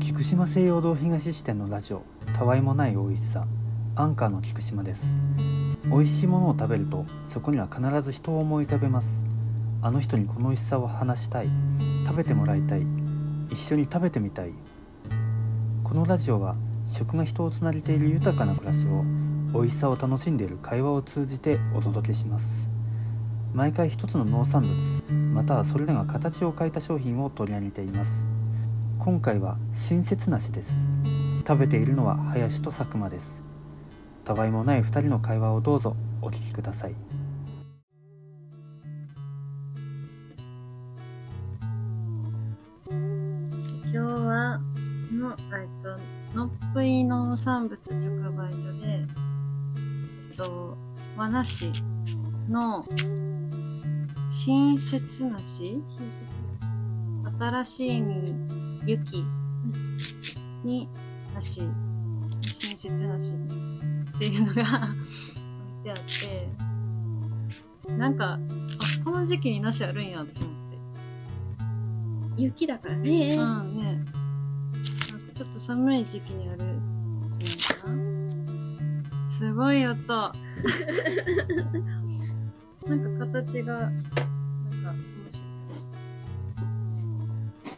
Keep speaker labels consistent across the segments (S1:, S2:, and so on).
S1: 菊島西洋堂東支店のラジオたわいもない美味しさアンカーの菊島です美味しいものを食べるとそこには必ず人を思い浮かべますあの人にこの美味しさを話したい食べてもらいたい一緒に食べてみたいこのラジオは食が人をつなげている豊かな暮らしを美味しさを楽しんでいる会話を通じてお届けします毎回一つの農産物またはそれらが形を変えた商品を取り上げています今回は新切なしです食べているのは林と佐久間ですたわいもない二人の会話をどうぞお聞きください
S2: 今日はの、えっと、のっぷい農産物直売所で、えっと、和菓子の新切なし
S3: 親切
S2: 新しいに雪になし親切なしっていうのが 置いてあってなんかあこの時期になしあるんやと思って
S3: 雪だからね。
S2: うんね。なんかちょっと寒い時期にある。そうやなすごい 音。なんか形が、なんか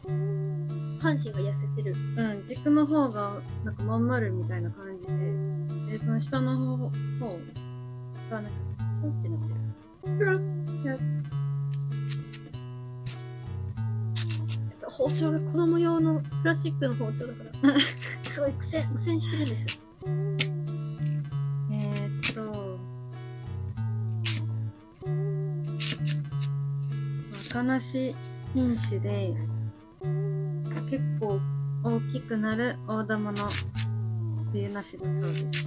S2: 面
S3: 阪神が痩せてる。
S2: 白い。うん、軸の方が、なんかまん丸みたいな感じで、で、その下の方方が、なんか、ポンってなってる。
S3: プラちょっと包丁が子供用のプラスチックの包丁だから。 すごい苦戦、苦戦してるんですよ。
S2: えー、っと、若梨品種で、結構大きくなる大玉の冬梨だそうです。で、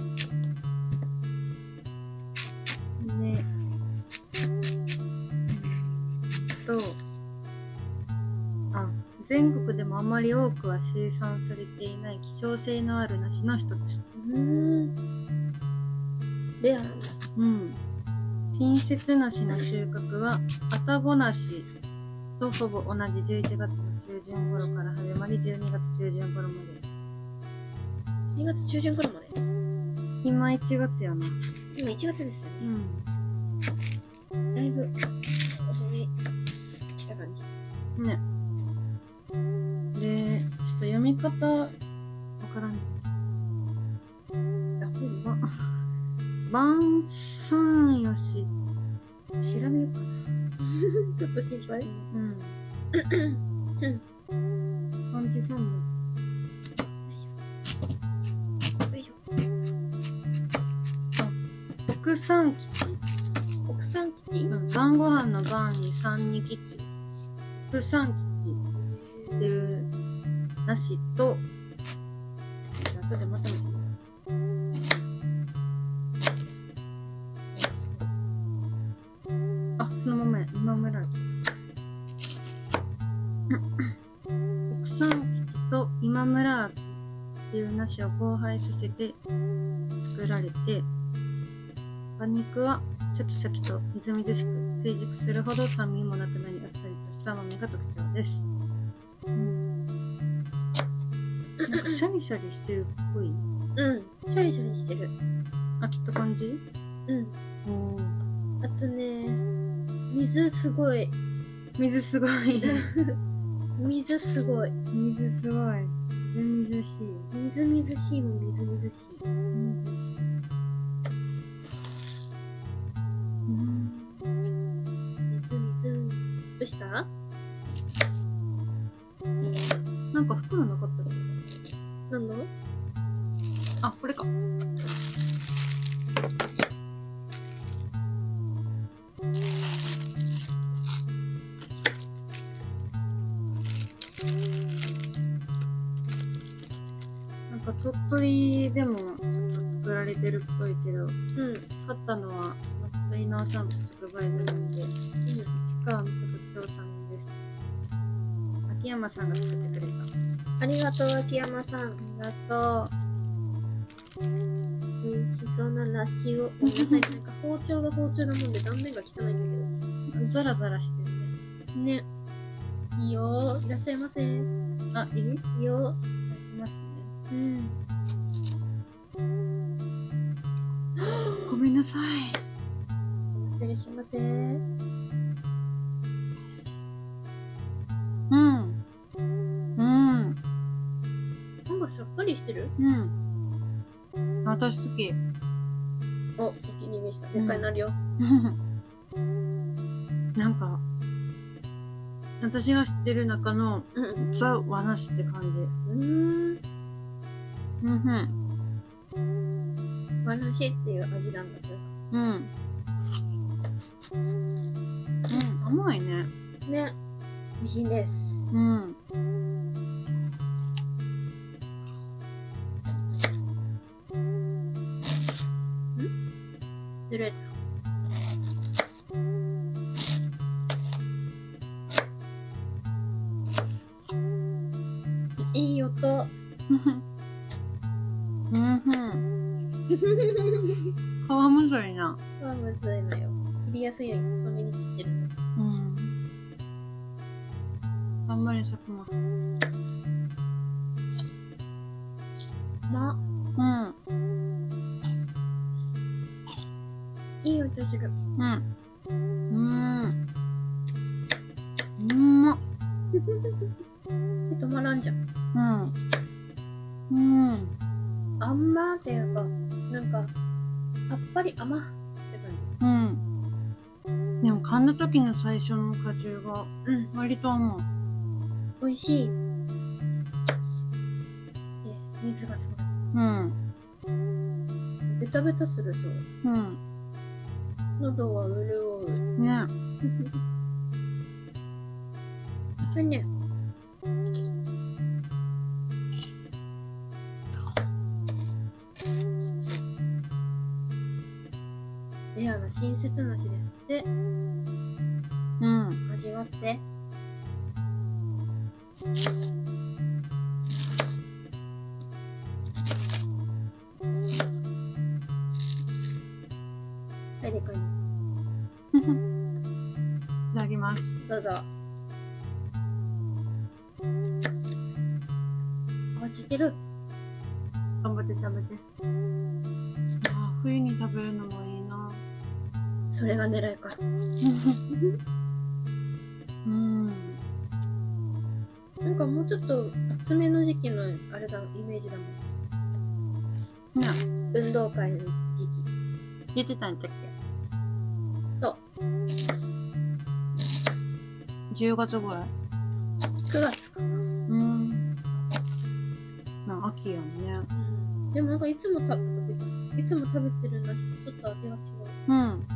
S2: えっと、あ、全国でもあまり多くは生産されていない希少性のある梨の一つ。
S3: うん。レアなんだ。
S2: うん。新雪梨の収穫は、愛宕梨とほぼ同じ11月の中旬頃から始まり、12月中旬頃まで。
S3: 2月中旬頃まで。
S2: 今1月やな。
S3: 今1月ですよ
S2: う
S3: ね。
S2: ん。
S3: だいぶ、遅い、来た感じ。
S2: ね。で、ちょっと読み方、わからん。
S3: あ、うん
S2: ば、晩三よし。調べようかな。
S3: ちょっと心配。
S2: うん。 漢字三文字。
S3: よいしょ
S2: 国産基地。
S3: 国産基地
S2: うん晩ご飯の晩に三に基地、副産基地っていう梨と、
S3: 後でまた見てみよ
S2: あ、そのままや、今村明。国産基地と今村明っていう梨を交配させて作られて、馬肉はシャキシャキとみずみずしく追熟するほど酸味もなくなりあっさりとした甘みが特徴です。なんかシャリシャリしてるっぽい。
S3: う。うん。シャリシャリしてる。
S2: あ、きっと感じ
S3: うん。
S2: うん。
S3: あとね、水すごい。
S2: 水すごい。
S3: 水すごい。
S2: 水すごい。みずみずしい。
S3: みずみずしいもみずみずしい。
S2: みずみずしい。うん
S3: みずみず。どうした
S2: なんか袋なかったっけ
S3: 何の
S2: あ、これか。なんか鳥取でもちょっと作られてるっぽいけど、
S3: うん。うん。
S2: 買ったのは鳥取の産物直売所なんで、市川美里町産です。秋山さんが作ってくれた。
S3: ありがとう、秋山さん。
S2: ありがと
S3: 美味しそうなラッシュを。ごめんなさい。なんか包丁が包丁なもんで断面が汚いんだ
S2: う。ザラザラしてるね。
S3: けど。ね。いいよいらっしゃいませ。い
S2: あ、いい
S3: いよ
S2: あますね。
S3: うん。
S2: ごめんなさい。
S3: 失礼しません。
S2: うん。うん。
S3: なんかさっぱりしてる
S2: うん。私好き。
S3: お、お気に召した。もう一回なるよ。
S2: なんか、私が知ってる中の
S3: うん。
S2: ザ・和菓子って感じ。う
S3: うん。
S2: ん
S3: 和菓子っていう味なんだけど。
S2: うん。うん。うん、甘いね。
S3: ね。美味しいです。
S2: うん。
S3: ずれた。いい音。
S2: うんうん。皮むずいな。
S3: まあ、むずいのよ。切りやすいように細めに切ってるの。
S2: うん。あんまり食も。
S3: ま
S2: うん。
S3: いい音する。
S2: うん。うん。うんまっ。
S3: 止まらんじゃん。
S2: うん。うん。
S3: あんまっていうか、なんか、さっぱり甘って感
S2: うん。でも噛んだ時の最初の果汁が
S3: じ。うん。
S2: 割と甘い。
S3: 美味しい。え、水がすごい。
S2: うん。
S3: ベタベタするそう。
S2: うん。
S3: 喉は潤う。
S2: ね。
S3: はいね。レアな親切なしですって
S2: うん。
S3: 味わってはいでかいの
S2: いただきます。
S3: どうぞ落ちてる
S2: 頑張って食べて。あー冬に食べるのもいいな。
S3: それが狙いか
S2: うん。
S3: なんかもうちょっと夏目の時期のあれだイメージだもん
S2: ね。
S3: 運動会の時期
S2: 出てたんだっけ。
S3: そう
S2: 10月ぐらい。
S3: 9月かな、
S2: うん。な秋やんね。
S3: でもなんかいつもた食べたいつも食べてる梨とちょっと味が違う
S2: うん。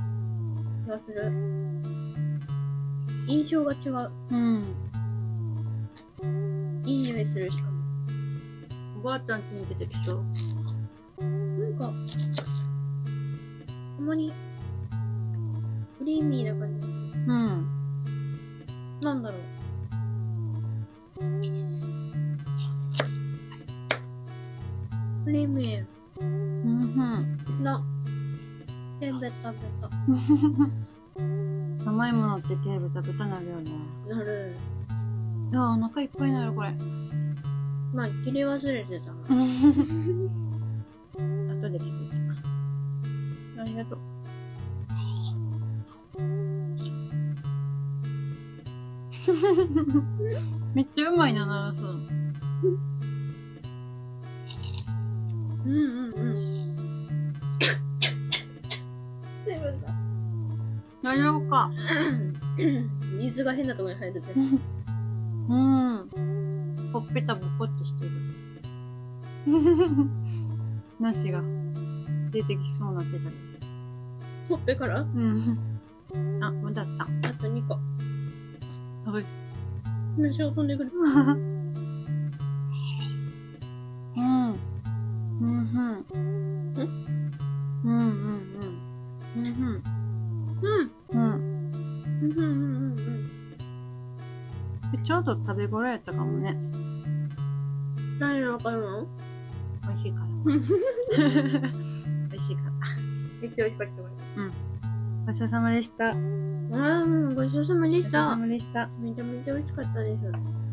S3: 気がする印象が違う
S2: うん。
S3: いい匂いするしかも
S2: おばあちゃん家に出てきそう。
S3: なんかあんまりクリーミーな感じがす
S2: うん。
S3: るなんだろうクリーミー
S2: うん、
S3: なせんべい食べた
S2: うん。甘いものってテーブル食べたなるよね。
S3: なる
S2: いやー、お腹いっぱいになる、これ。
S3: まあ切り忘れてたな
S2: 後で気づいた。ありがとう。めっちゃうまいな、鳴らすの。
S3: うんうん うん。水分だ。
S2: 大丈夫か。
S3: 水が変なところに入るぜ。
S2: うん。ほっぺたぼこってしてる。なしが出てきそうなペタで。
S3: ほっぺからあ
S2: うん。あ、無駄だった。
S3: と2個。
S2: はい。
S3: 飯が飛んでくる。
S2: うん。うんうん。うんうんうん。うん
S3: うん
S2: うん。うん。
S3: うんうんうんうん
S2: ちょうど食べ頃やったかもね。
S3: うん。誰のわかるの
S2: 美味しいから。美味しいから。
S3: めっちゃ美味しかったわ。
S2: ごちそうさまでした。
S3: ああ、もうごちそうさまで
S2: ご
S3: した。
S2: でした。
S3: めちゃめちゃ美味しかったです。